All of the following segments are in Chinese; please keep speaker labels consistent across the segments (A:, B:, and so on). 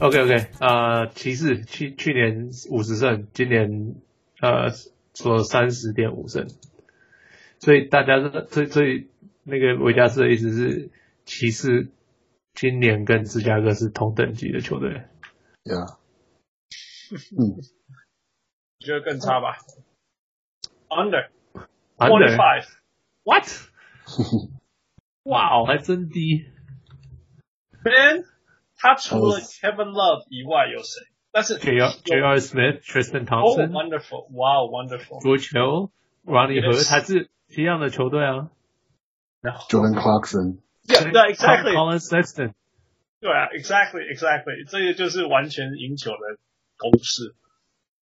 A: OK OK，呃，骑士去去年五十胜，今年呃说三十点五胜，所以大家是所以所以那个维加斯的意思是，骑士今年跟芝加哥是同等级的球队。
B: Yeah，嗯，Hmm.
C: 我觉得更差吧。Under forty
A: Under
C: five，
A: What？
C: 哇哦
A: 还真低。
C: ，Man，他除了 Kevin Love 以外有谁？但是
A: J R J R Smith、Tristan
C: Oh
A: Thompson、
C: wonderful，哇哦 wonderful，
A: 足球、Ronnie 和
C: Yes.
A: 还是一样的球队啊。
C: 然后
B: Jordan Clarkson，
C: Yeah, yeah, exactly.
A: Colin Sexton。
C: 对啊，exactly exactly，这个就是完全赢球的公式。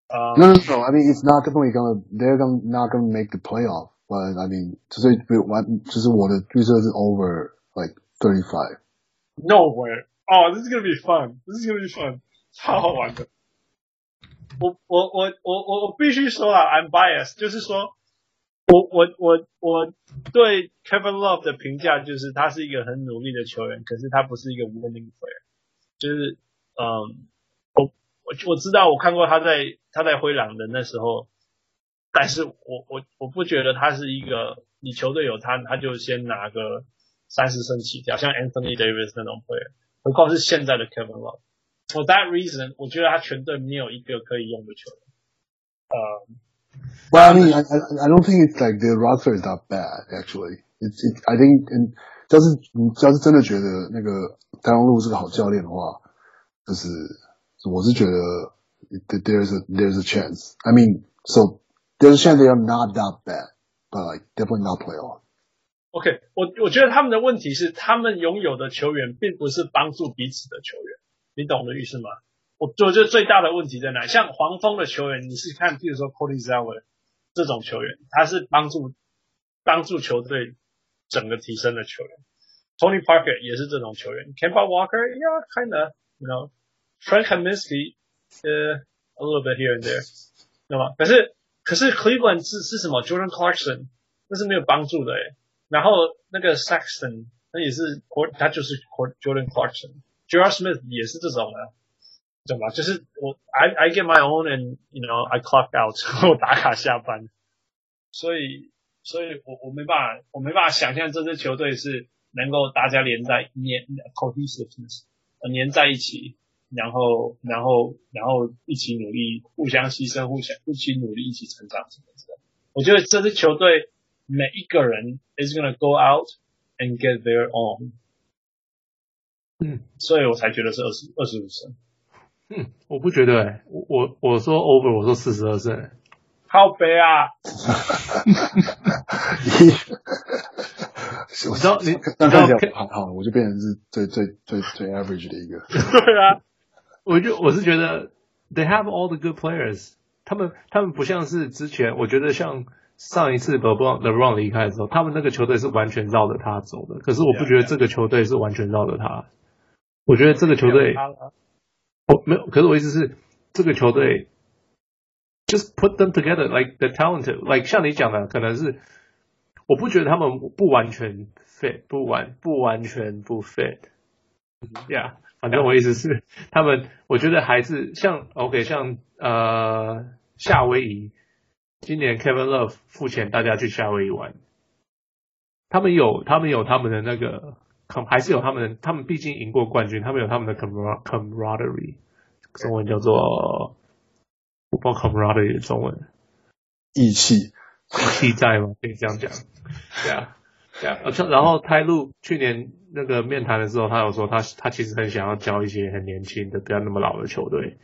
C: 啊、
B: No, no, no. I mean, it's not definitely gonna. They're gonna not gonna make the playoff. But I mean, 就是我就是我的预测是 over like thirty five。
C: nowhere. Oh, this is gonna be fun. This is gonna be fun. 超好玩的。我我我我我我必须说啊，I'm biased，就是说，我我我我对 Kevin Love 的评价就是他是一个很努力的球员，可是他不是一个 winning player，就是嗯，我我我知道我看过他在他在灰狼的那时候，但是我我我不觉得他是一个你球队有他，他就先拿个三十胜起跳，像 Anthony Davis 那种 player，何况是现在的 Kevin Love。For that reason，我觉得他全队没有一个可以用的球员。呃，
B: Well, I mean, I, I, I don't think it's like the roster is not bad actually. It's, it's I think, and 要是你要是真的觉得那个丹龙路是个好教练的话，就是我是觉得 that there's a there's a chance. I mean, so there's a chance they are not that bad, but like definitely not playoff.
C: OK，我我觉得他们的问题是，他们拥有的球员并不是帮助彼此的球员，你懂我的意思吗？我我觉得最大的问题在哪？像黄蜂的球员，你是看，譬如说 Cody Zeller 这种球员，他是帮助帮助球队整个提升的球员。Tony Parker 也是这种球员，Kemba Walker，yeah，kind of，you know，Frank Kaminsky，呃、a little bit here and there，那么可是可是 Cleveland 是是什么？Jordan Clarkson 那是没有帮助的欸诶。然后那个 Saxton 那也是 Cor- 他就是 Cor- Jordan Clarkson，J.R. Smith 也是这种的，懂吗？就是我 I I get my own and you know I clock out，我 打卡下班，所以所以我我没办法我没办法想象这支球队是能够大家连在粘 cohesiveness 呃粘在一起，然后然后然后一起努力，互相牺牲，互相一起努力，一起成长什么之类的。我觉得这支球队每一个人 is gonna go out and get their own，
A: 嗯，
C: 所以我才觉得是二十二十五胜。
A: 嗯，我不觉得、欸，我我我说 over，我说四十二胜，
C: 靠北啊！
B: 我
A: 知道你
B: 那看起
A: 你
B: 来
A: 知道
B: 我还好，我就变成是最最最最 average 的一个。
C: 对啊，
A: 我就我是觉得 they have all the good players，他们他们不像是之前，我觉得像上一次 LeBron LeBron 离开的时候，他们那个球队是完全绕着他走的，可是我不觉得这个球队是完全绕着他，我觉得这个球队我没有，可是我意思是，这个球队 just put them together like the talented like 像你讲的，可能是我不觉得他们不完全 fit，不完不完全不 fit，yeah，反正我意思是，他们我觉得还是像 OK 像呃夏威夷，今年 Kevin Love 付钱大家去夏威夷玩，他们有他们有他们的那个。还是有他们，他们毕竟赢过冠军，他们有他们的 camar- camaraderie，中文叫做我不知道 camaraderie 的中文
B: 义气，
A: 气在吗？ 可以这样讲，对啊，对啊。呃像然后泰路去年那个面谈的时候，他有说他他其实很想要教一些很年轻的，不要那么老的球队。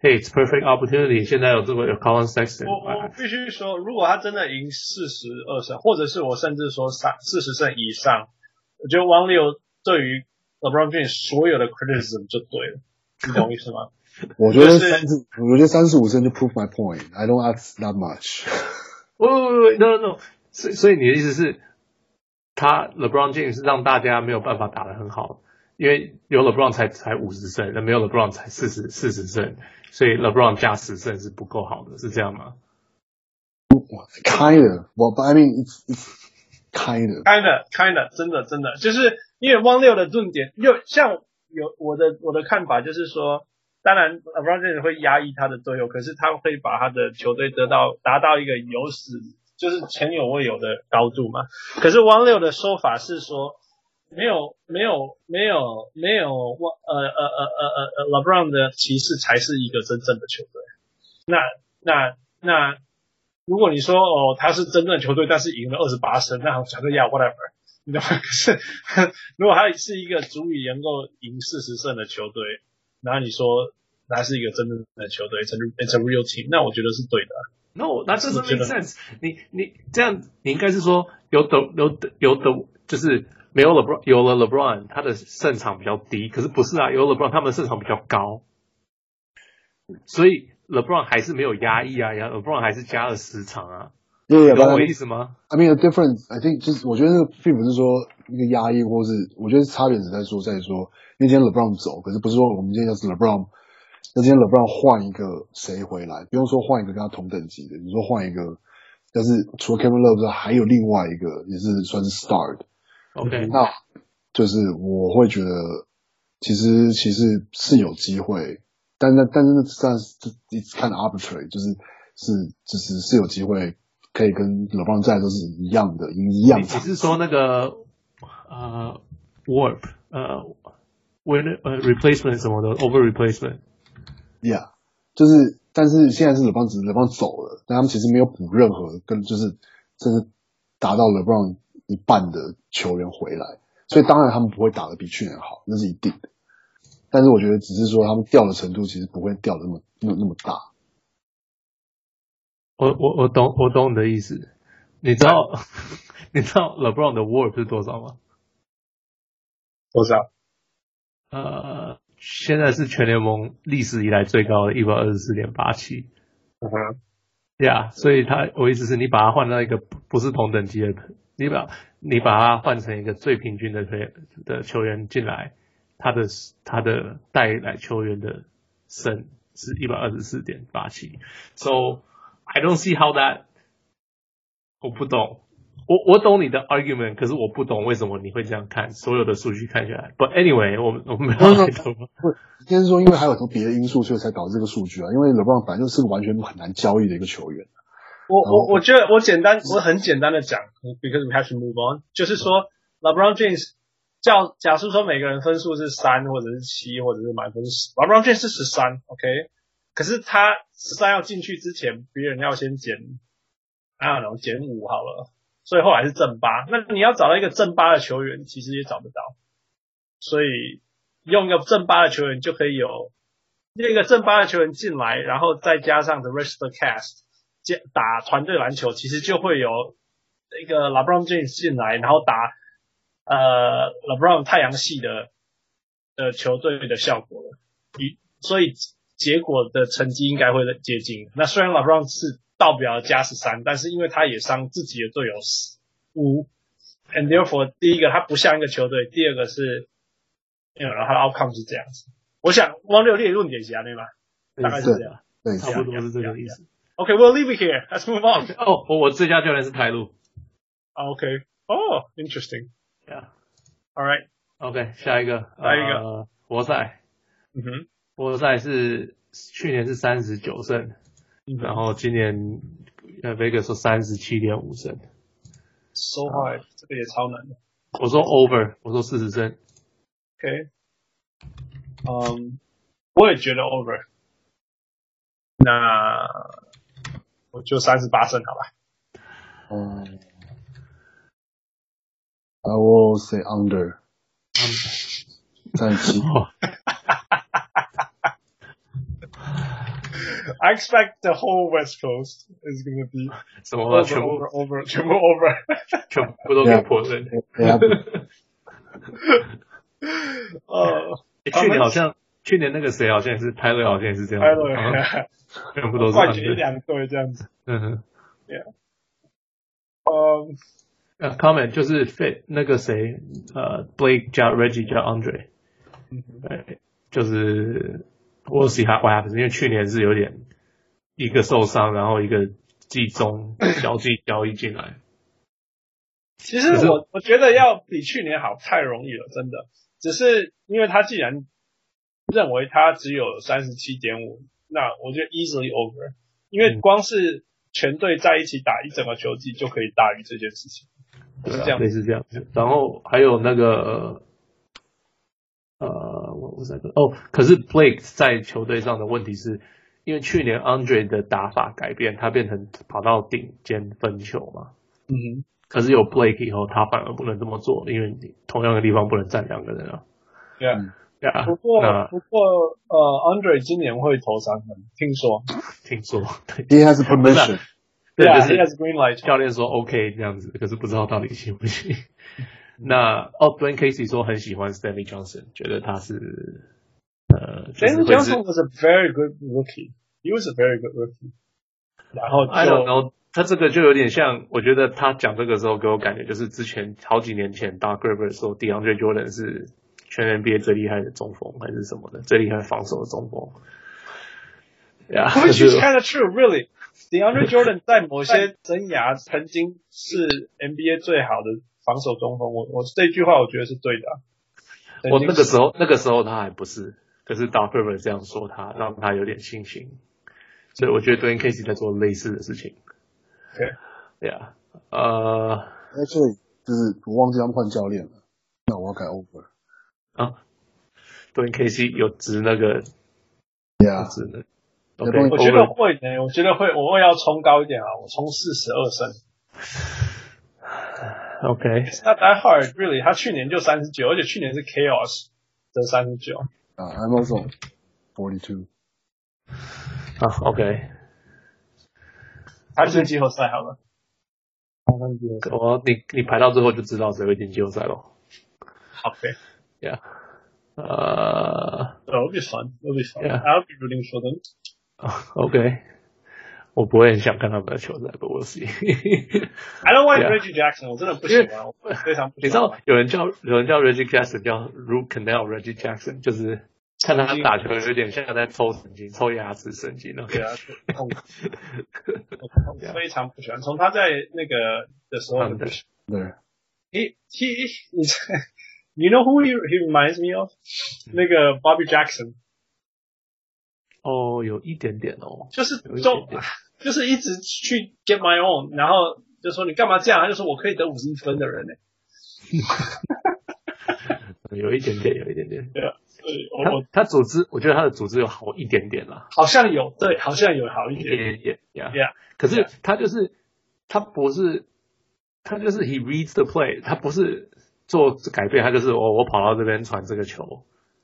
A: Hey, it's perfect opportunity。现在有这个有 Colin Sexton，
C: 我我必须说，如果他真的赢四十二胜，或者是我甚至说三四十胜以上，我觉得王六对于 LeBron James 所有的 criticism 就对了，你懂我意思吗？
B: 我觉得
C: 就是
B: 三十，我觉得三十五胜就 prove my point. I don't ask that much.
A: 喂喂喂，no no no，所以所以你的意思是，他 LeBron James 让大家没有办法打得很好，因为有 LeBron 才才五十胜，那没有 LeBron 才四十四十胜，所以 LeBron 加十胜是不够好的，是这样吗？
B: Kind of. Well, but I mean, it's it's kind of.
C: kind of kind of 真的真的，就是因为汪六的论点，就像有我的我的看法就是说，当然 LeBron James 会压抑他的队友，可是他会把他的球队得到达到一个有史就是前有未有的高度嘛。可是汪六的说法是说，没有没有没有没有汪呃呃呃呃呃呃 LeBron 的骑士才是一个真正的球队。那那那，如果你说哦他是真正的球队，但是赢了二十八胜，那我想说呀 whatever。你懂吗？ 可是如果他是一个足以能够赢四十胜的球队，然后你说他是一个真正的球队，it's a it's a real team，那我觉得是对的啊。
A: No，那这是 make
C: 你觉得
A: sense 你。你这样，你应该是说有的有的有的，就是没有 LeBron，有了 LeBron，他的胜场比较低，可是不是啊？有 LeBron，他们的胜场比较高，所以 LeBron 还是没有压抑啊，然后 LeBron 还是加了十场啊，
B: 因为
A: 懂我意思吗？
B: I mean, the difference. I think 就是我觉得那个并不是说一个压抑，或是我觉得差别只在说在说，因为今天 LeBron 走，可是不是说我们今天要是 LeBron，要今天 LeBron 换一个谁回来，不用说换一个跟他同等级的，你说换一个，但是除了 Kevin Love 之外，还有另外一个也是算是 star 的，
A: OK，
B: 那就是我会觉得，其实其实是有机会，但那但是那但是这看 arbitrary，就是是就是是有机会可以跟 LeBron 在都是一样的，赢一样
A: 你只
B: 场。
A: 是说那个呃 warp 呃 when 呃 replacement 什么的 over replacement，
B: Yeah，就是啊但是现在是 LeBron 只 LeBron 走了，但他们其实没有补任何跟就是真的达到 LeBron 一半的球员回来，所以当然他们不会打得比去年好，那是一定的。但是我觉得只是说他们掉的程度其实不会掉的那么那么那么大。
A: 我我我懂我懂你的意思，你知道 你知道 LeBron 的 warp 是多少吗？
C: 多少？
A: 呃，现在是全联盟历史以来最高的一百二十四点八七。
C: 嗯哼，
A: 呀，所以他我意思是你把它换到一个不不是同等级的，你把你把它换成一个最平均的球员的球员进来，他的他的带来球员的胜是一百二十四点八七。So I don't see how that，我不懂，我我懂你的 argument，可是我不懂为什么你会这样看所有的数据看下来。But anyway，我们我们没有来讨论
B: 先是说，因为还有很多别的因素，所以才导致这个数据啊。因为 LeBron 本来就是个完全很难交易的一个球员。
C: 我我我觉得我简单，我很简单的讲，because we have to move on，就是说 LeBron James 叫假设说每个人分数是三或者是七或者是满分是十，LeBron James 是十三，OK，可是他十三要进去之前，别人要先减，I don't know，减五好了，所以后来是正八。那你要找到一个正八的球员，其实也找不到，所以用一个正八的球员就可以有那个正八的球员进来，然后再加上 the rest of the cast 接打团队篮球，其实就会有那个 LeBron James 进来，然后打呃 LeBron 太阳系的的球队的效果了。以所以结果的成绩应该会接近。那虽然 LeBron 是到不了加十三，但是因为他也伤自己的队友五，and therefore 第一个他不像一个球队，第二个是，嗯，然后他的 outcome 是这样子。我想汪六烈论点起来对吧？大概是这样。
B: 对，
A: 差不多是这个意思。
C: Okay, we'll leave it here. Let's move on.
A: 哦，我我最佳教练是开路。
C: Okay. Oh, interesting.
A: Yeah.
C: All right.
A: OK，下一个，
C: 下一个
A: 呃，活塞，
C: 嗯哼，
A: 活塞是去年是三十九胜，
C: 嗯
A: 然后今年呃 Vegas 说三十七点五胜，
C: so hard，这个也超难的。
A: 我说 over，我说四十胜，
C: Okay. Um, 嗯、我也觉得 over。那我就三十八胜好吧。
B: 嗯，I will say under 三 七。
A: 哦
C: I expect the whole West Coast is going to be
A: 什么
C: over
A: 全部
C: over over 全部 over
A: 全部都给破胜。
B: Yeah,
C: 呃，
A: 诶
C: 他
A: 去
C: 们
A: 年好像去年那个谁好像也是 Tyler 好像也是这样，
C: 艾
A: 好像
C: 伦
A: 全部都是
C: 冠军一
A: under
C: 两队这样子。
A: 嗯哼。
C: 嗯、
A: 呃，comment 就是 fit 那个谁，呃，Blake 加 Reggie 加 Andre，对，
C: 嗯
A: 就是我 see how what happens，因为去年是有点一个受伤，然后一个季中交际交易进 来，
C: 其实
A: 可是
C: 我我觉得要比去年好太容易了，真的。只是因为他既然认为他只有三十七点五，那我觉得 easily over，
A: 嗯
C: 因为光是全队在一起打一整个球季就可以大于这件事情，
A: 对
C: 是
A: 啊
C: 这样
A: 类似这样子。然后还有那个呃，我我在哦，可是 Blake 在球队上的问题是，因为去年 Andre 的打法改变，他变成跑到顶尖分球嘛。
C: 嗯
A: 可是有 Blake 以后，他反而不能这么做，因为你同样的地方不能站两个人啊。
C: 哼，Yeah。
A: 对啊，
C: 不过
A: 那
C: 不过呃，Andre 今年会投三分，听说。
A: 听说，对
B: He has a permission.
A: 对，就
C: he
A: 是
C: has green light。
A: 教练说 OK 这样子，可是不知道到底行不行。 那哦，Ben Casey 说很喜欢 Stanley Johnson，觉得他是呃，就是
C: James
A: 会
C: Johnson
A: 是
C: was a very good rookie. He was a very good rookie. 然后
A: I don't
C: 就
A: know，他这个就有点像，我觉得他讲这个时候给我感觉就是之前好几年前 Doc Rivers 说 DeAndre Jordan 是全 NBA 最厉害的中锋还是什么的，最厉害防守的中锋。呀，可
C: which
A: 是
C: is kind of true, really. DeAndre Jordan 在某些生涯曾经是 NBA 最好的防守中锋。我我这句话我觉得是对的啊。
A: 我那个
C: 候
A: 时候那个时候他还不是，可是 Doc Rivers 这样说他，让他有点信心。所以我觉得 Dwayne Casey 在做类似的事情。
C: OK
A: 对啊，呃
B: Actually，就是我忘记他们换教练了，那我要改 over。
A: 啊，Dwayne Casey 有值那个
B: Yeah，
A: 值那。
B: 有
A: OK，
B: 东西
C: 我觉得会呢，我觉得会，我会要冲高一点啊，我冲四十二胜。
A: OK，
C: It's not that hard, really. 他去年就三十九，而且去年是 Chaos 得三十九。
B: 啊、i m also forty two。
A: 啊，OK，
C: 他进季后赛好了。
A: 我你你排到最后就知道谁会进季后赛咯。
C: OK.
A: Yeah，呃
C: That'll Oh, be fun. That'll be fun.
A: Yeah.
C: I'll be rooting for them.
A: ，OK，我不会很想看他们的球赛，不过是。
C: I don't like
A: Yeah.
C: Reggie Jackson. 我真的不喜欢，我非常不
A: 你
C: 喜
A: 知道
C: 欢。
A: 有人叫有人叫 Reggie Jackson 叫 Root Canal Reggie Jackson，就是看他打球有点像在抽神经、抽牙齿神经 那
C: 对
A: 个。
C: 啊，痛我非常不喜欢。从他在那个的时候就不喜欢。
B: 对，
C: He he he- You know who he he reminds me of？那个 Bobby Jackson，
A: 哦，有一点点哦，
C: 就是
A: 有一点
C: 中
A: 点，
C: 就是一直去 get my own，然后就说你干嘛这样？他就说我可以得五十一分的人呢。
A: 有一点点，有一点点。
C: 对啊，所以我我
A: 他他组织，我觉得他的组织有好一点点啦，
C: 好像有对，好像有好一
A: 一
C: 点。
A: 点点呀。
C: Yeah，
A: 可是他就是他不是他就是 he reads the play，他不是做改变，他就是哦我我跑到这边传这个球，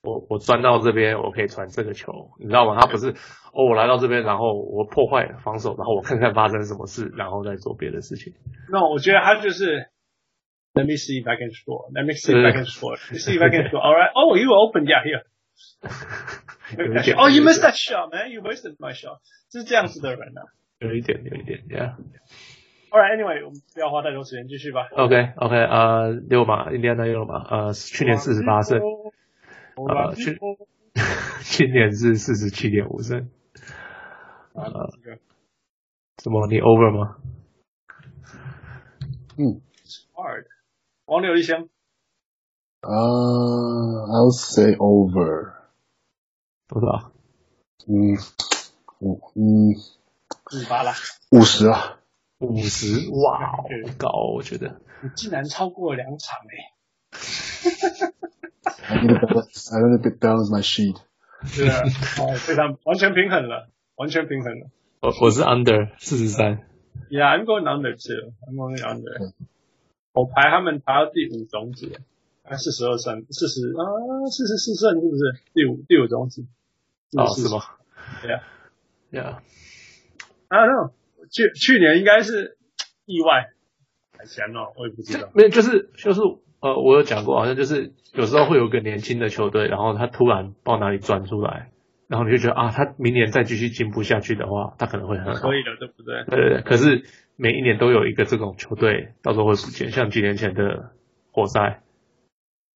A: 我我钻到这边我可以传这个球，你知道吗？他不是哦我来到这边，然后我破坏防守，然后我看看发生什么事，然后再做别的事情。
C: No，我觉得他就是 Let me see if I can score. Let me see if I can score. Let me see if I can score. All right. Oh, you opened. Yeah, here.
A: 有一点
C: Oh, you missed that shot, man. You wasted my shot. 就是这样子的人啊。
A: 有一点有一点，Yeah。
C: All right. Anyway，我们不要花太多时间，继续吧。
A: OK OK，呃，六马，印第安纳六马，呃，去年四十八胜，呃去 今年是四十七点五胜。
C: 啊，
A: 怎么你 over 吗？
B: 嗯，
C: hard。王柳一香，
B: 啊、i l l Uh, say over。
A: 多少？
B: 嗯，五嗯
C: 五八啦，
B: 五十啊，
A: 五十，哇，好高哦，我觉得。
C: 你竟然超过两场诶、
B: I need to balance. I need to balance my sheet.
C: 对啊，哦，非常完全平衡了，完全平衡了。
A: 我我是 under 四十三，
C: Yeah, I'm going under too. I'm going under.
A: 嗯
C: 我排他们排到第五种子，啊，四十二胜，四十啊，四十四胜是不是？第五第五种子，
A: 哦，
C: 44
A: 是吗？
C: 对啊
A: 呀，
C: ？I don't know，去啊去年应该是意外，还行哦，我也不知
A: 这
C: 道。
A: 没有，就是就是呃，我有讲过，好像就是有时候会有个年轻的球队，然后他突然不知道哪里钻出来，然后你就觉得啊，他明年再继续进步下去的话，他可能会 很好
C: 可。以了，对不对？
A: 对对对，可是每一年都有一个这种球队，到时候会不见，像几年前的活塞，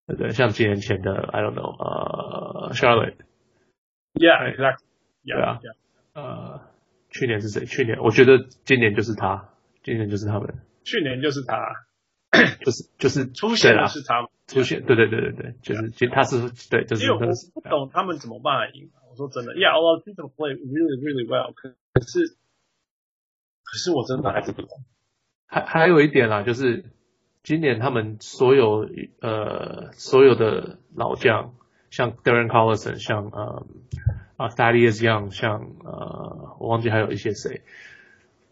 A: 对不对？像几年前的 I don't know，呃，Charlotte，
C: Yeah, exactly.
A: 对啊
C: Yeah, yeah.
A: 呃，去年是谁？去年我觉得今年就是他，今年就是他们，
C: 去年就是他
A: 就是就是
C: 出现
A: 对
C: 的
A: 啦
C: 是他，
A: 出现，对对对对对，就是其实他是对，啊就是
C: 因为我
A: 他
C: 不懂他们怎么办来赢。啊我说真的，Yeah, 哦 our people play really, really well. 可是，可是我真的还是不懂。
A: 还还有一点啦，就是今年他们所有呃所有的老将，像 Darren Collison，像呃啊 Thaddeus Young，像呃我忘记还有一些谁，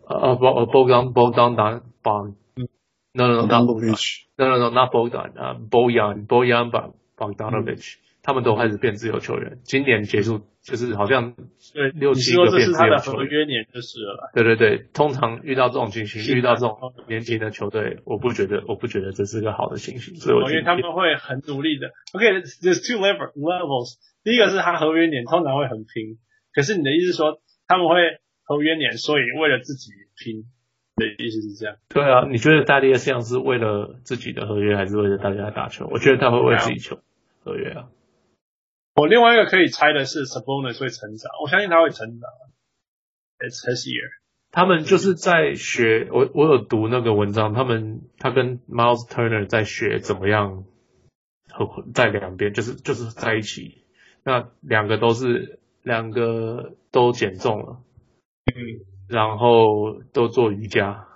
A: 呃 Bo Bogdan Bogdan Bogdan
C: 嗯
A: Bon，no no no not
B: Bogdanovich
A: no no no not Bogdan 啊 Bojan Bojan Bog
C: 嗯
A: Bogdanovic，他们都开始变自由球员，今年结束就是好像
C: 对，
A: 六
C: 你
A: 七
C: 说
A: 个
C: 这是
A: 变
C: 他的
A: 自由球
C: 合
A: 员
C: 约年就是了啦。
A: 对对对，通常遇到这种情
C: 是的
A: 形，遇到这种年轻的球队，我不觉得，我不觉得这是个好的情形，所以我
C: 哦因
A: 觉
C: 为
A: 得
C: 他们会很努力的。OK，there's、two level levels。第一个是他合约年通常会很拼，可是你的意思是说他们会合约年，所以为了自己拼，你的意思是这样？
A: 对啊，你觉得大力的像是为了自己的合约，还是为了大家打球？我觉得他会
C: 啊
A: 为自己球合约啊。
C: 我另外一个可以猜的是 Sabonis 会成长，我相信他会成长。It's his year。
A: 他们就是在学，我我有读那个文章，他们他跟 Miles Turner 在学怎么样和在两边，就是就是在一起。那两个都是两个都减重了，
C: 嗯，
A: 然后都做瑜伽。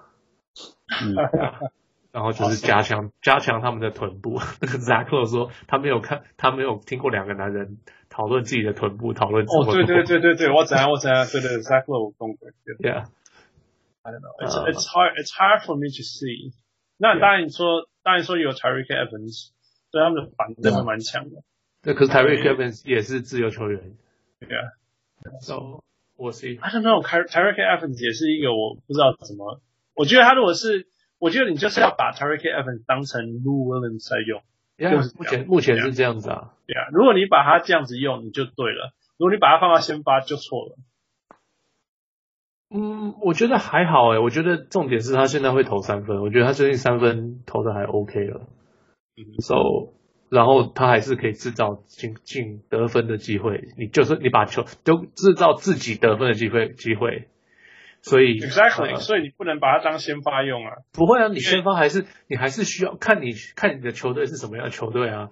B: 嗯，
A: 然后就是加强加强他们的臀部。 那个 z a c o 说他没有看，他没有听过两个男人讨论自己的臀部，讨论这么多。
C: 哦，对对对对对，我怎样我怎样，对对 z a c h l o 我懂的。对
A: y e a h
C: I don't know. It's
A: Uh,
C: it's hard it's hard for me to see. 那
A: Yeah.
C: 当然说，当然说有 Tyreek Evans，对他们的反真的蛮强的。
A: 对，可是 Tyreek Evans 也是自由球员
C: 对啊
A: ，so 我是
C: I don't know. Ty- Tyreek Evans 也是一个我不知道怎么，我觉得他如果是，我觉得你就是要把 Tyreek Evans 当成 Lou Williams 在用。就是这样
A: yeah, 目前目前是这样子啊。
C: 对啊，如果你把他这样子用，你就对了；如果你把他放到先发，就错了。
A: 嗯，我觉得还好诶、我觉得重点是他现在会投三分，我觉得他最近三分投的还 OK 了，so 嗯然后他还是可以制造进进得分的机会，你就是你把球都制造自己得分的机会机会，所以
C: Exactly，、
A: 呃
C: 所以你不能把他当先发用啊。
A: 不会啊，你先发还是你还是需要看你看你的球队是什么样的球队啊。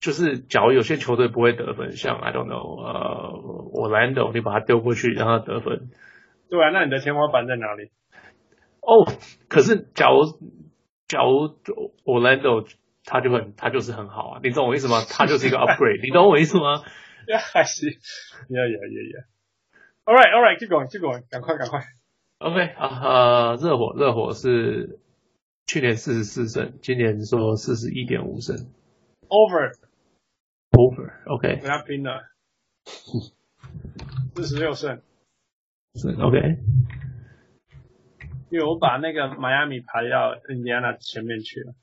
A: 就是假如有些球队不会得分，像 I don't know，呃，Orlando，你把他丢过去让他得分，
C: 对啊，那你的天花板在哪里？
A: 哦，可是假如假如 Orlando 他就很他就是很好啊，你懂我意思吗？他就是一个 upgrade，你懂我意思吗？
C: Yeah, I see. Yeah, yeah, yeah, yeah. 哎 All right, all right, keep going, keep going. 赶快，赶快。
A: OK 啊，呃，热火热火是去年四十四胜，今年说四十一点五胜
C: Over，
A: ，over OK
C: 跟他拼了。四十六胜，
A: 是 OK
C: 因为我把那个迈阿密排到印第安纳前面去了。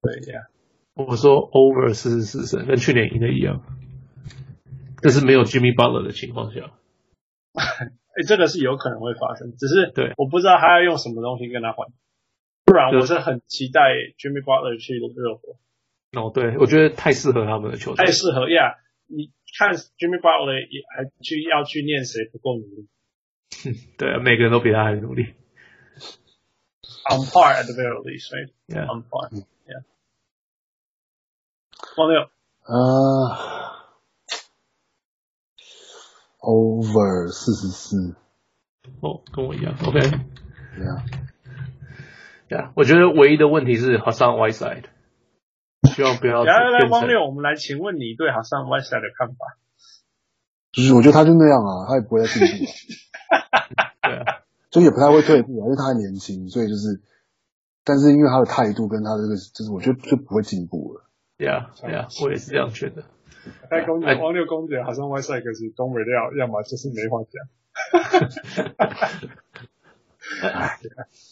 C: 对呀、
A: 我说 over 四十四胜，跟去年赢的一样，这是没有 Jimmy Butler 的情况下，
C: 哎，这个是有可能会发生，只是
A: 对
C: 我不知道他要用什么东西跟他换，不然我是很期待 Jimmy Butler 去热火，
A: 哦对，我觉得太适合他们的球队
C: 太，适合呀。你看 Jimmy Butler 也还去要去念谁不够努力
A: 对啊，每个人都比他还努力
C: ，on par at the very least, right?
A: y
C: on par,
A: 嗯
C: yeah. 光六，
B: 啊，over 四十四，
A: 哦，跟我一样，OK。
B: 对啊，
A: 对啊，我觉得唯一的问题是 Hassan Whiteside，希望不要
C: 来来来，
A: 变
C: 光
A: 成
C: 六，我们来请问你对好上 Westside 的看法？
B: 就是我觉得他就那样啊，他也不会再进步 啊，
A: 对啊，
B: 就也不太会退步啊，因为他还年轻，所以就是，但是因为他的态度跟他的这个，就是我觉得就不会进步了。
A: 对啊，对啊，我也是这样觉得。
C: 开公
A: 哎
C: 爵，光六公爵好像 Westside 可是东北料，要么就是没话讲。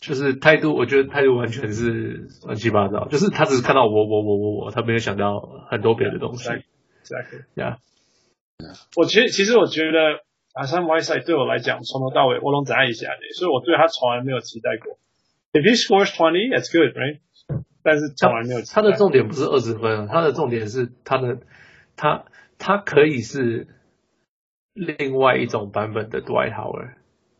A: 就是态度，我觉得态度完全是乱七八糟，就是他只是看到我我我我我，他没有想到很多别的东西。
C: Exactly。
A: 对啊，
C: 我其实其实我觉得好像 Westside 对我来讲从头到尾我拢只爱一下的，所以我对他从来没有期待过。If he scores twenty, that's good, right？但是从
A: 他
C: 来没有期待
A: 他的重点不是二十分啊，他的重点是他的他他可以是另外一种版本的 Dwight Howard。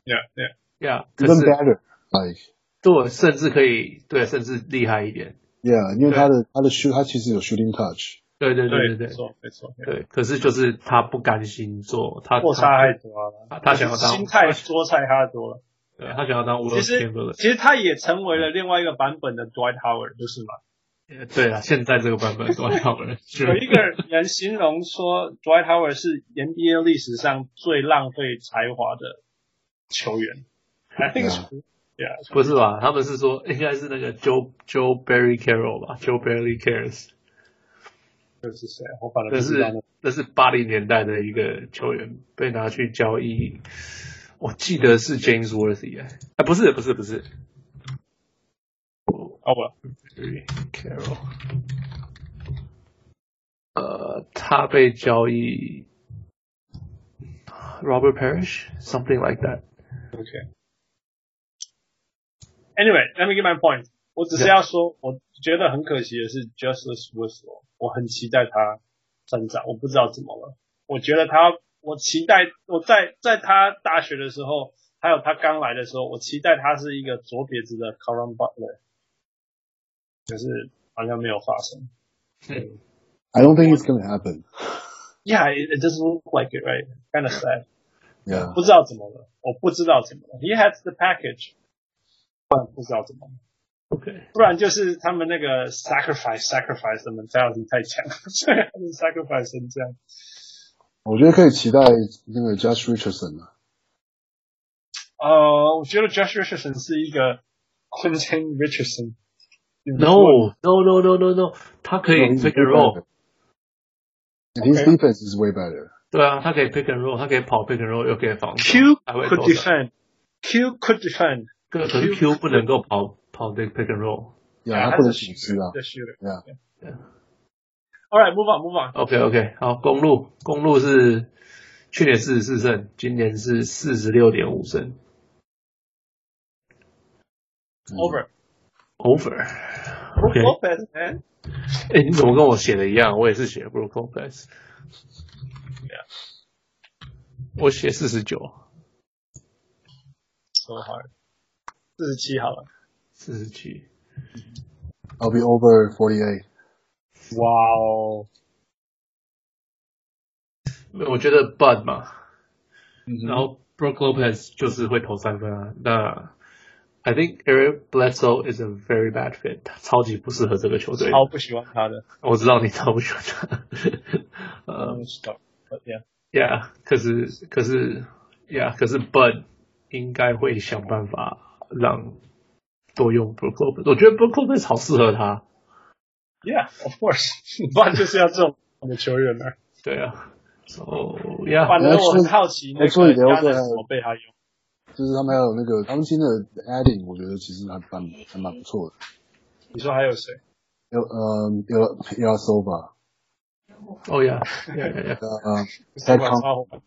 C: ，Yeah, yeah.
A: 对啊，可
B: Even
A: 是
B: better, like
A: 对，甚至可以对，甚至厉害一点。
B: Yeah，因为他的他的 shoot 他其实有 shooting touch，
A: 对对对对对
C: 没错没错，没错
A: 对，可是就是他不甘心做，他
C: 错杀害多了，
A: 他他想要当
C: 心态捉菜他多 了。
A: 对他想要当 w i
C: 其
A: l
C: 实
A: Chamberlain，
C: 其实他也成为了另外一个版本的 Dwight Howard，不是吗？
A: 对啊，现在这个版本多 少人？是
C: 有一个人形容说 Dwight Howard 是 NBA 历史上最浪费才华的球员。I think it's true. Yeah.
A: 不是吧？他们是说应该是那个 Joe Joe Barry Carroll 吧？Joe Barry Cares，
C: 这是谁？我反正
A: 这
C: 不知道那
A: 是这是八零年代的一个球员被拿去交易，我记得是 James Worthy 哎、啊，不是不是不是
C: 哦不，
A: Barry Carroll，呃，他被交易 Robert Parrish something like that。
C: OK。Anyway, let me get my point. 我只是要说，我觉得很可惜的是，Justice Winslow，我很期待他成长。我不知道怎么了，我觉得他，我期待我在在他大学的时候，还有他刚来的时候，我期待他是一个左撇子的 c o r o n Butler，可是好像没有发生。
B: I don't think it's gonna happen.
C: Yeah, it, it doesn't look like it, right? Kind of sad.
B: Yeah.
C: 不知道怎么了，我不知道怎么了。He has the package，不然不知道怎么了，
A: OK，
C: 不然就是他们那个 sacrifice sacrifice 的 mentality 太强， 所以他们 sacrifice 成这样。
B: 我觉得可以期待那个 Josh Richardson 啊，
C: 呃，我觉得 Josh Richardson 是一个 Quentin Richardson。
A: No, no, no, no, no, no. 他可以
B: No, he's
A: pick
B: way
A: and roll，
B: better. And His
C: Okay.
B: defense is way better.
A: 对啊，他可以 pick and roll，他可以跑 pick and roll，又可以防守
C: Q
A: 还会
C: could
A: 投篮。
C: defend。Q could defend，
A: 可可是 Q 不能够跑跑这个 pick and roll。
B: Yeah，他不能损失啊。
C: The shooter。
B: Yeah.
A: Yeah.
C: All right, move on, move on.
A: OK OK，好，公路公路是去年四十四胜，今年是四十六点五胜
B: Mm-hmm
C: Over.
A: over。OK，
C: Brook Lopez, man.
A: 哎、你怎么跟我写的一样？我也是写 Brook Lopez。我写四十九，
C: So hard. 四十七好了。
A: 四十七。
B: I'll be over forty eight.
C: 哇哦。
A: 我觉得 Bud 嘛，
C: 然
A: 然后 Brook Lopez 就是会投三分啊。那 I think Eric Bledsoe is a very bad fit，他超级不适合这个球队。
C: 超不喜欢他的。
A: 我知道你超不喜欢他。呃、
C: 嗯，是的，对
A: y e a h 可是可是，Yeah，可是 Bud 应该会想办法让多用 Brook Lopez。我觉得 Brook Lopez 好适合他。
C: ，Yeah，of course，不 然就是要这种的球员呢。
A: 对啊，So
C: 反
A: Yeah，
C: 正我很好奇那个
B: Actually- actually, they also
C: 加纳怎么被他用。
B: 就是他们还有那个他们今天的 adding，我觉得其实还蛮还蛮不错的。
C: 你说还有谁？
B: 有呃有有 Sova，
A: 哦 Yeah，Yeah，Yeah，
B: 呃 Ted
C: 什么
B: Con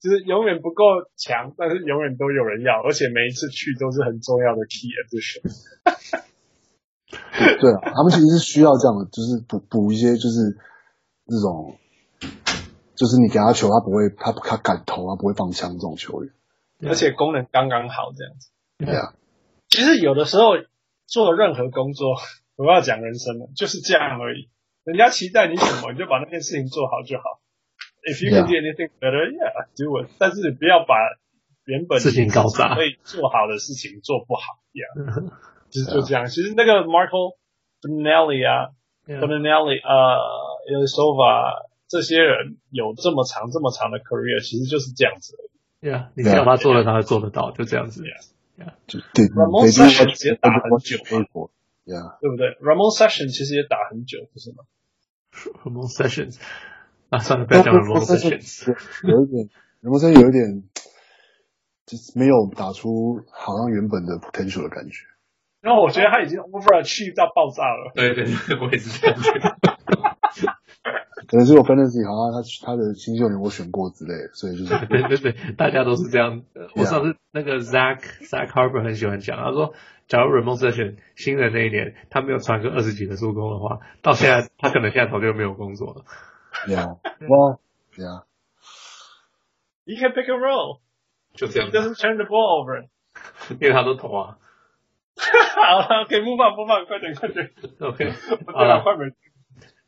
C: 就是永远不够强，但是永远都有人要，而且每一次去都是很重要的 key position。
B: 对啊，他们其实是需要这样的，就是补补一些就是那种，就是你给他球，他不会他他敢投，他不会放枪这种球员。
C: 而且功能刚刚好这样子。
B: 对啊，
C: 其实有的时候做任何工作，我要讲人生了，就是这样而已。人家期待你什么，你就把那件事情做好就好。If you can do anything better, yeah, do it. 但是不要把原本
A: 事情搞砸
C: 可以做好的事情做不好，yeah，就是就这样。其实那个 Marco Benelli 啊 b
A: Yeah，Yeah，
C: e n e l l i 呃 i l s o v a 这些人有这么长这么长的 career，其实就是这样子而已。
A: Yeah，你叫他做得到，他做得到，就这样子。
C: Yeah
B: 就对，
C: Ramon
B: they do what-
C: Sessions 也打很
B: what you
C: 久
B: pay for。Yeah，
C: 对不对？Ramon Session 其实也打很久，不是吗？
A: Ramon Sessions 啊，算了，不要讲 Ramon Sessions。
B: 有一点，Ramon Sessions 有一点，就是没有打出好像原本的 potential 的感觉。
C: 然后我觉得他已经 overachieve 到爆炸了。
A: 对对对，我也是这样觉得。
B: 可能是我 fantasy 好像他他的新秀年我选过之类的，所以就是
A: 对对对，大家都是这样。呃我
B: Yeah.
A: 上次那个 Zach Zach Harper 很喜欢讲，他说，假如 Ramon Session 新人那一年他没有传个二十几个助攻的话，到现在他可能现在早就没有工作了。
B: yeah，哇，yeah，
C: He can pick and roll.
A: 就这
C: He
A: 样子，
C: doesn't turn the ball over.
A: 因为他都投啊。
C: 好了，可以不放不放，快点快点，
A: OK，
C: 我电 脑快没，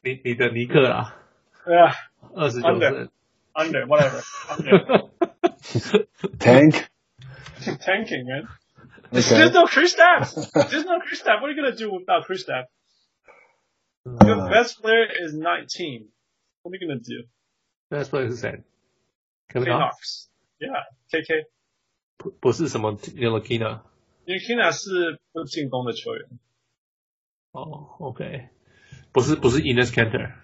A: 你你的尼克啦，
C: 啊对啊
A: 二十九胜。
C: ，under whatever under
B: Tank
C: tanking man。There's
B: okay
C: no Chris Stapps. There's no Chris Stapps. What are you gonna do without Chris Stapps? Your
B: uh,
C: best player is 19. What are you gonna do?
A: Best player 是谁？Kevin
C: K
A: Knox
C: Knox. Yeah, KK.
A: 不不是什么 n i l k i n a
C: 因为 Kina 是不进攻的球员。
A: 哦，OK，不是不是 Ines Cantor，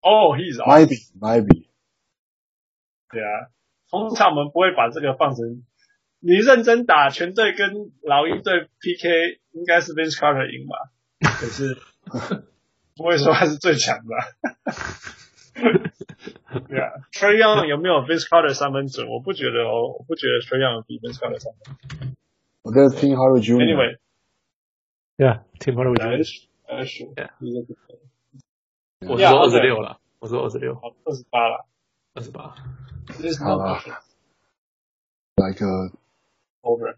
C: Oh, he's off.
B: might be might be
C: 对啊，通常我们不会把这个放成你认真打全队跟老鹰队 PK，应该是 Vince Carter 赢吧？可是不会说他是最强的啊。对啊，Trey Young 有没有 Vince Carter 三分准？我不觉得哦，我不觉得 Trey Young 比 Vince Carter 三分准。
B: 我在听 Harry
A: 嗯
B: Junior
C: Anyway，
A: 对啊，Tim h a r d
C: 来
A: a
C: 来数，
A: Yeah
C: 好
A: 我是
C: Yeah，
A: 说二
C: OK
A: 十六了，我说二十六，
C: 二十八了，
A: 二十八，
B: 好吧 like a
C: ，over，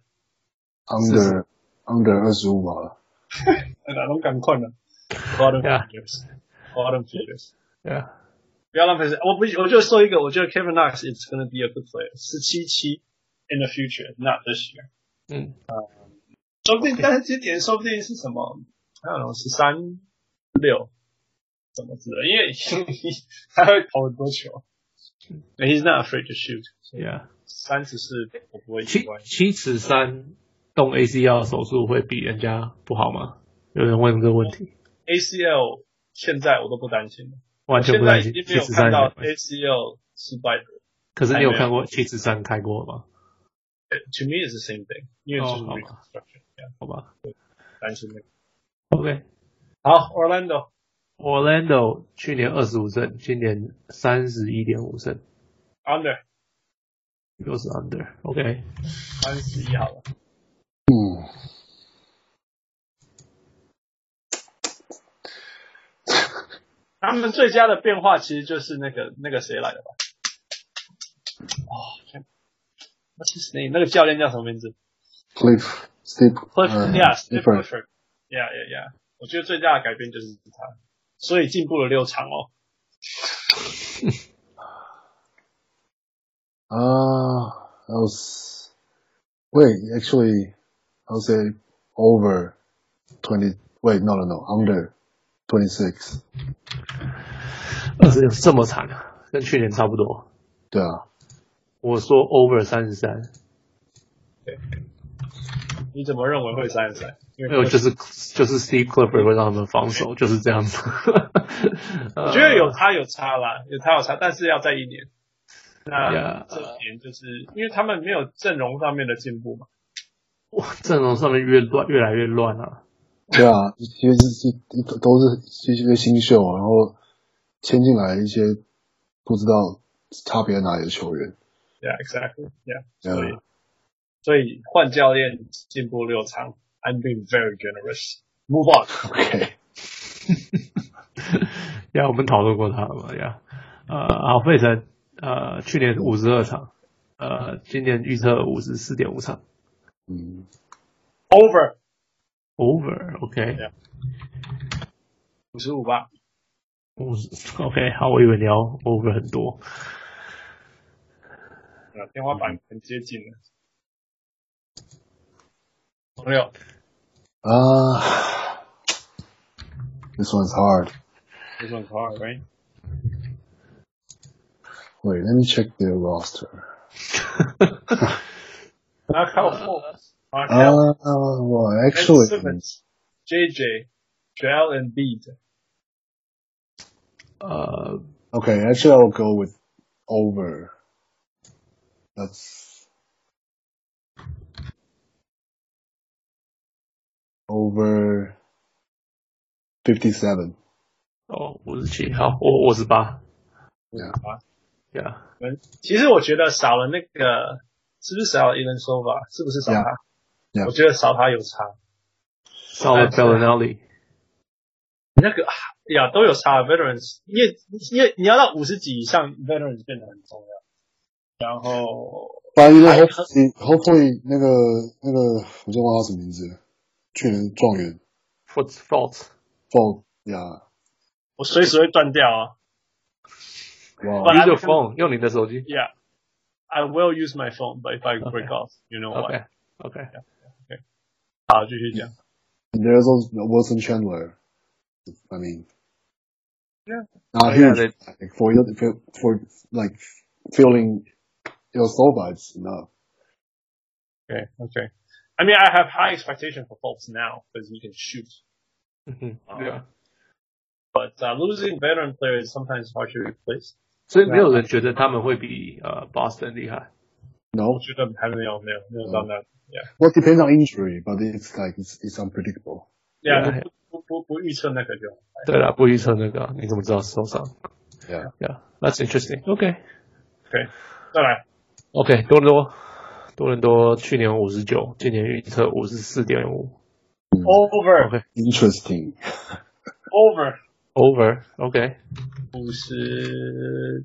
B: under under 二十五好了，
C: 哪能哎赶快呢？Bottom
A: Yeah
C: figures，bottom figures。
A: 对啊，
C: 不要浪费时间。我不，我就说一个，我觉得 Kevin Knox is going to be a good player，十七七 in the future, not this year。
A: 嗯，
C: 说不定，但是这点说不定是什么，I um, don't know，十三六，什么之类的，因为 他会投很多球。And He's not afraid to shoot。
A: yeah，
C: 三十四，我不会
A: 七
C: 意外。
A: 七尺三动 ACL 手术会比人家不好吗？有人问这个问题，
C: ACL 现在我都不担心了，
A: 完全
C: 哦现
A: 不
C: 在
A: 担
C: 已
A: 心
C: 经没
A: 七
C: 有
A: 尺三
C: 看到
A: 人。
C: ACL 失败的。
A: 可是你有
C: 还没有
A: 看过七尺三开过吗？
C: To me is the same thing，因为就是
A: 哦好吧
C: reconstruction，yeah，
A: 好吧
C: 担心那个。
A: ，OK。
C: 好，Orlando。Ah,
A: Orlando 去年二十五胜，今年三十一点五胜，
C: Under
A: 又是 under。OK，
C: 三十一好了，
B: 嗯，
C: 他们最佳的变化其实就是那个那个谁来的吧？哦天，What's his name？那个教练叫什么名字
B: Cliff Steve
A: 嗯
C: ？Clifford，Yeah，Steve
B: Clifford
C: Clifford，Yeah，Yeah，Yeah。我觉得最大的改变就是他，所以进步了六场哦。
B: Ah, I was wait, actually, I'll say over twenty. Wait, no, no, no, under twenty six.
A: 二十六这么惨啊，跟去年差不多。
B: Yeah,
A: 我说 over 三十三，
C: 你怎么认为会三十三？因
A: 没有
C: 为
A: 就是就是 Steve Clifford 会让他们防守，就是这样子。呃我
C: 我觉 得有他有差啦，有他有差，但是要在一年。那
A: Yeah
C: 这一年就是因为他们没有阵容上面的进步嘛。
A: 哇，阵容上面越乱越来越乱啊。
B: yeah，其实是一都是一些新秀，然后签进来一些不知道差别哪里的球员。
C: Yeah，exactly，Yeah。所以
B: Yeah,
C: 所以换教练进步六场，I'm being very generous. Move on.
B: okay.
A: 呀，我们讨论过他了嘛？呀，呃，好，费城呃去年五十二场，呃，今年预测五十四点五场
B: 嗯，
C: Over
A: over，OK，
C: Yeah 五十五吧，
A: 五十 OK，好，我以为你要 over 很多。
C: 啊，天花板很接近了。朋友，
B: 啊、this one's hard.
C: 这种口耳 right？
B: Wait, let me check their roster.
C: 然后 Kyle Fox，啊
B: Ah, well, actually,
C: ，Simmons，JJ。Joel and Bede，
A: 呃，
B: Okay, actually, I'll go with over. That's over 57.
A: 哦，五十七，好，我我十八
B: Yeah.
A: ，Yeah，
C: 啊其实我觉得少了那个，是不是少了 Elen Sova？是不是少他
B: Yeah. Yeah.
C: 我觉得少他有差。
A: 少了
C: 哎是
A: Bellinelli，
C: 那个啊呀都有差，veterans，因为因为你要到五十几以上，veterans 变得很重要。然后
B: But you know,
C: I-
B: hopefully, hopefully 那个那个，我叫忘了他什么名字了去年状元
A: What's fault？
B: 报呀，
C: 我随时会断掉啊。
B: 哇
C: 本，
A: Use
C: 来不
A: your
C: 是
A: phone，用你的手机。
C: Yeah, I will use my phone, but if I break off, you know what?
A: OK OK，
C: 好，继续讲。
B: there's also Wilson Chandler. I mean,
C: Yeah.
A: Oh,
B: not huge.
A: yeah,
B: like, for you- for for like feeling your soul vibes enough.
C: Okay, okay. I mean, I have high expectation for Fultz now because he can shoot,
A: 嗯哼
C: 哦
A: 对啊，
C: but uh, losing veteran players is sometimes hard to replace.
A: 所以没有人觉得他们会比呃 Boston 厉害。
B: No,
C: 我觉得还没有没有没有到那。
B: well, it depends on injury, but it's like it's, it's unpredictable.
C: Yeah，
A: Yeah.
C: 不不不不预测那个就好。
A: 对了，不预测那个，啊你怎么知道受伤
B: Yeah.
A: ？Yeah，that's interesting. OK
C: OK，再来
A: OK，多伦多，多伦多去年五十九，今年预测五十四点五
C: over
A: OK
B: Interesting.
C: over
A: ，over OK
C: 五十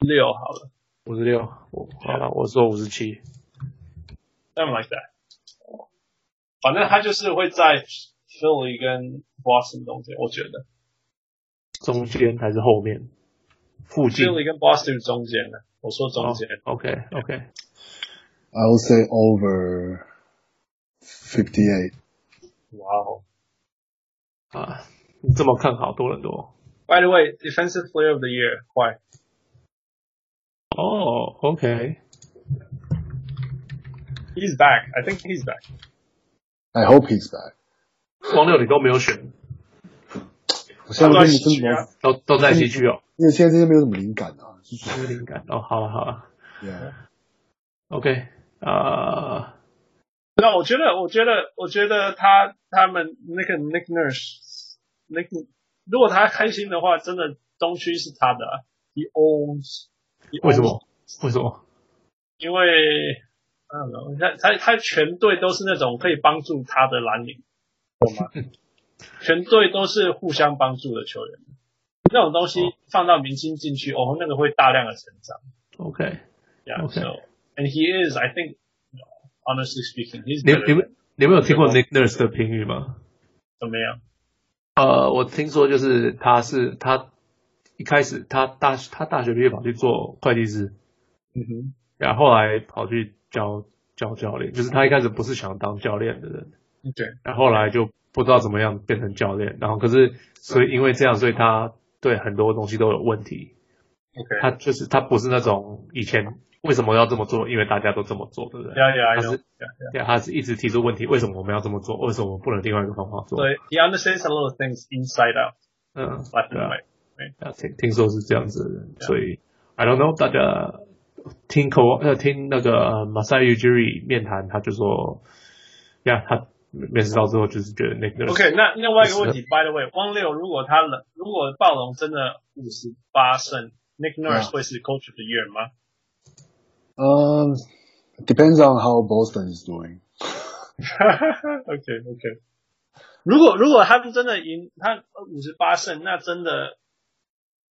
C: 六好了
A: 五十六，我好了，我说五十七。
C: ，something like that。反正他就是会在 Philly 跟 Boston 中间，我觉得。
A: 中间还是后面？附近
C: Philly 跟 Boston 中间呢，我说中间，
A: OK OK，
B: I would say over 58.
C: 哇哦。
A: 啊，你这么看好多伦多？
C: By the way, defensive player of the year，快，
A: 哦，OK，
C: he's back. I think he's back.
B: I hope he's back.
A: 光六你都没有选，
B: 我现在真的真的没有，
A: 都都在西区哦，
B: 因为现在真的没有什么灵感啊。
A: 没有灵感哦。好了好了
B: Yeah.
A: ，OK，啊、
C: 那我觉得，我觉得，我觉得他他们那个 Nick Nurse Nick，如果他开心的话，真的东区是他的啊。He owns，, he owns
A: 为什么？为什么？
C: 因为啊，他他他全队都是那种可以帮助他的蓝领，懂吗？全队都是互相帮助的球员，那种东西
A: 哦
C: 放到明星进去，哦，那个会大量的成长。
A: OK，
C: Yeah.
A: Okay.
C: So, and he is, I think, you know, honestly speaking, he's
A: 你
C: better
A: 你
C: than
A: 们你们有听过 Nick Nurse 的评语吗？
C: 怎么样？
A: 呃，我听说就是他是他一开始他大他大学毕业跑去做会计师，
C: 嗯哼，
A: 然后后来跑去教教教练，就是他一开始不是想当教练的人，
C: 对，
A: 然后后来就不知道怎么样变成教练，然后可是所以因为这样，所以他对很多东西都有问题。
C: OK，
A: 他就是他不是那种以前为什么要这么做，因为大家都这么做的人。
C: yeah, yeah, I
A: 他
C: know.
A: 是对，他是一直提出问题，为什么我们要这么做？为什么我们不能另外一个方法做？
C: So he understands a lot of things inside out,
A: 嗯，
C: left
A: 对
C: and
A: 啊
C: right.，
A: 啊听听说是这样子的人，所以 I don't know，大家听口呃听那个马赛玉 Jury 面谈，他就说，呀，他面试到之后就是觉得那 个
C: OK，那另外一个问题，By the way，汪六如果他冷，如果暴龙真的五十八胜，Nick Nurse
B: 嗯
C: 会是 Coach of the Year 吗？
B: Um, depends on how Boston is doing.
C: OK OK，如果如果他们真的赢，他五十八胜，那真的，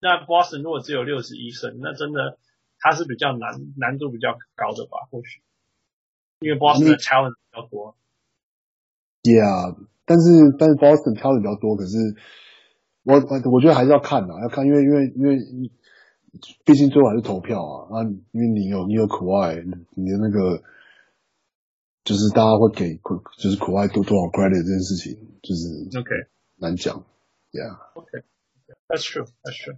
C: 那 Boston 如果只有六十一胜，那真的他是比较难难度比较高的吧？或许，因为 Boston
A: 嗯
C: 的 challenge 比较多。
B: Yeah，但是但是 Boston 挑的比较多，可是我我我觉得还是要看的、啊要看，因为因为因为毕竟最后还是投票啊，那因为你有你有苦外，你的那个就是大家会给就是苦外多多少 credit 这件事情，就是
C: OK
B: 难讲，Yeah，
C: OK That's true That's true。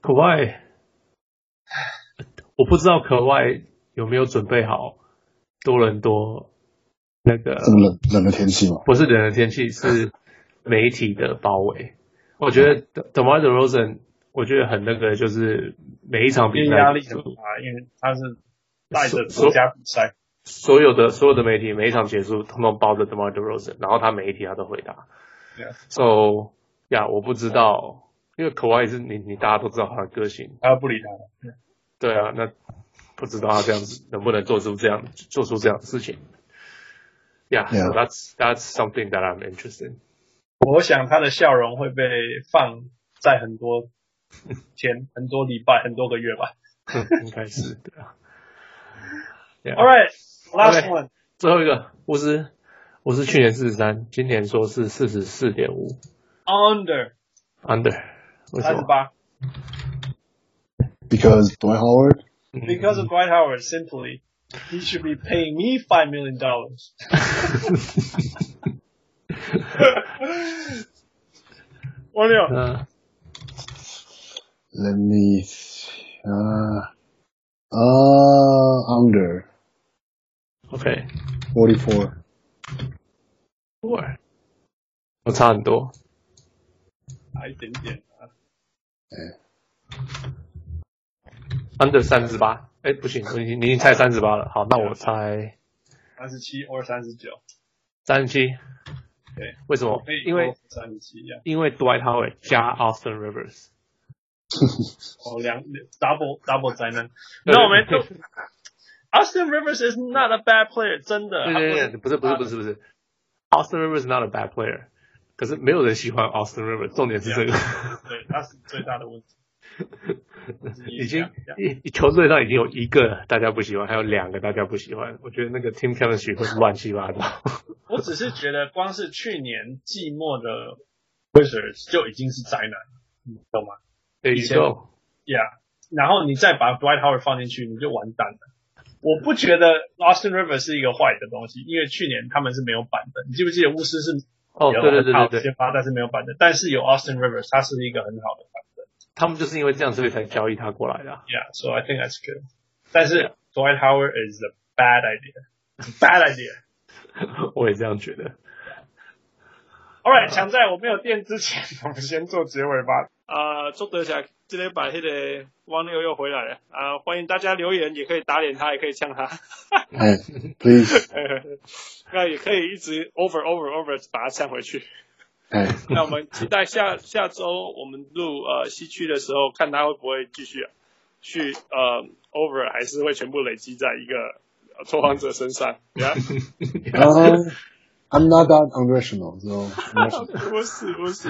A: 可外，我不知道可外有没有准备好多伦多那个
B: 这么冷冷的天气嘛，
A: 不是人的天气，是媒体的包围。我觉得
C: 嗯
A: Demar Derozan，我觉得很那个，就是每一场比
C: 因
A: 赛
C: 为压力很大，因为他是带着国家比赛。
A: 所有的所有的媒体每一场结束，通通包着 Demar Derozan，然后他每一题他都回答。
C: Yeah.
A: So 呀、我不知道，因为 k a w i 是你你大家都知道他的个性，
C: 他不理他了。
A: 对啊，那不知道他这样子能不能做出这样做出这样的事情。Yeah, so
B: Yeah.
A: that's that's something that I'm interested. in.
C: 我想他的笑容会被放在很多天、很多礼拜、很多个月吧。
A: 应该是对啊。Yeah.
C: All right, last
A: Okay.
C: one.
A: 最后一个巫师，我是去年四十三，今年说是四十四点五
C: under
A: under，为什
C: 三十
A: 么？
C: 八
B: Because Dwight Howard，
A: 嗯
C: ，because of Dwight Howard simply he should be paying me five million dollars。我六，
A: 嗯
B: let me see. Uh, uh, under
A: ，OK，
B: 44.
A: 我我差很多，
C: 还一点点啊，
B: 哎
A: under 三十八，哎，不行，你你已经猜三十八了，好，
C: 啊
A: 那我猜
C: 三十七 or 三十九，
A: 三十七。
C: 对，
A: 为什么
C: 可以？
A: 因为
C: 三十七呀，
A: 因为 Dwight Howard 加 Austin Rivers，
C: 哦，两 double double 灾难。
A: 对
C: 那我们就 Austin Rivers is not a bad player，真的，
A: 对
C: 他
A: 对对，不是不是不是不是，Austin Rivers is not a bad player，可是没有人喜欢 Austin Rivers，重点是这个，
C: 对，他是最大的问题。
A: 已经一球队上已经有一个大家不喜欢，还有两个大家不喜欢，我觉得那个 Team Chemistry 会乱七八糟。
C: 我只是觉得光是去年季末的 Wizards 就已经是灾难了，你懂吗
A: There
C: 以
A: you
C: 前
A: go，
C: ？Yeah，然后你再把 Dwight Howard 放进去，你就完蛋了。我不觉得 Austin Rivers 是一个坏的东西，因为去年他们是没有板的。你记不记得巫师是
A: 哦，
C: 有
A: 对对对对对，
C: 先发，但是没有板的，但是有 Austin Rivers，他是一个很好的板的。
A: 他们就是因为这样，所以才交易他过来的啊。
C: Yeah，so I think that's good。但是 Dwight Howard is a bad idea，bad idea。
A: 我也这样觉得。
C: All right，抢在我没有电之前，我们先做结尾吧。呃，祝德侠今天把那个汪六又回来了啊、呃欢迎大家留言，也可以打脸他，也可以呛他，
B: Hey, 哎 please.
C: 那也可以一直 over over over 把他呛回 去。
B: Hey,
C: 那我们期待下下周我们录呃西区的时候，看他会不会继续去呃 over，还是会全部累积在一个呃拓荒者身上。Yeah.
B: um, I'm not that unrational, so. unrational.
C: 不是不是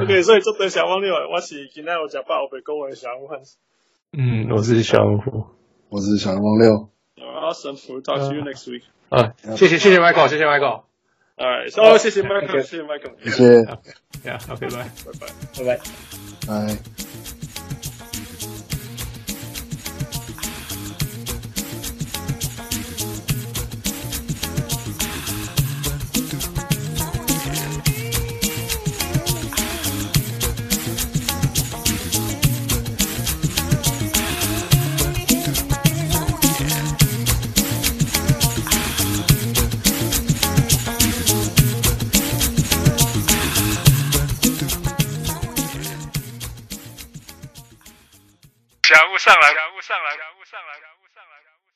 C: ，OK，所以这等小汪六，我是今天有食饱被公文小汪，
A: 嗯，我是小人物
B: 我是小人王六。
C: awesome，we'll talk to you next week。
A: 啊，谢谢谢谢 Michael，谢谢 Michael。
C: Alright，哦，谢谢 oh, Michael，谢谢 Michael，
B: 谢谢，
A: Yeah，OK，拜。
C: 拜拜。
A: 拜拜。
B: 拜。
D: 侠务上来，侠务上来，侠务上来，侠务上来，侠务上来。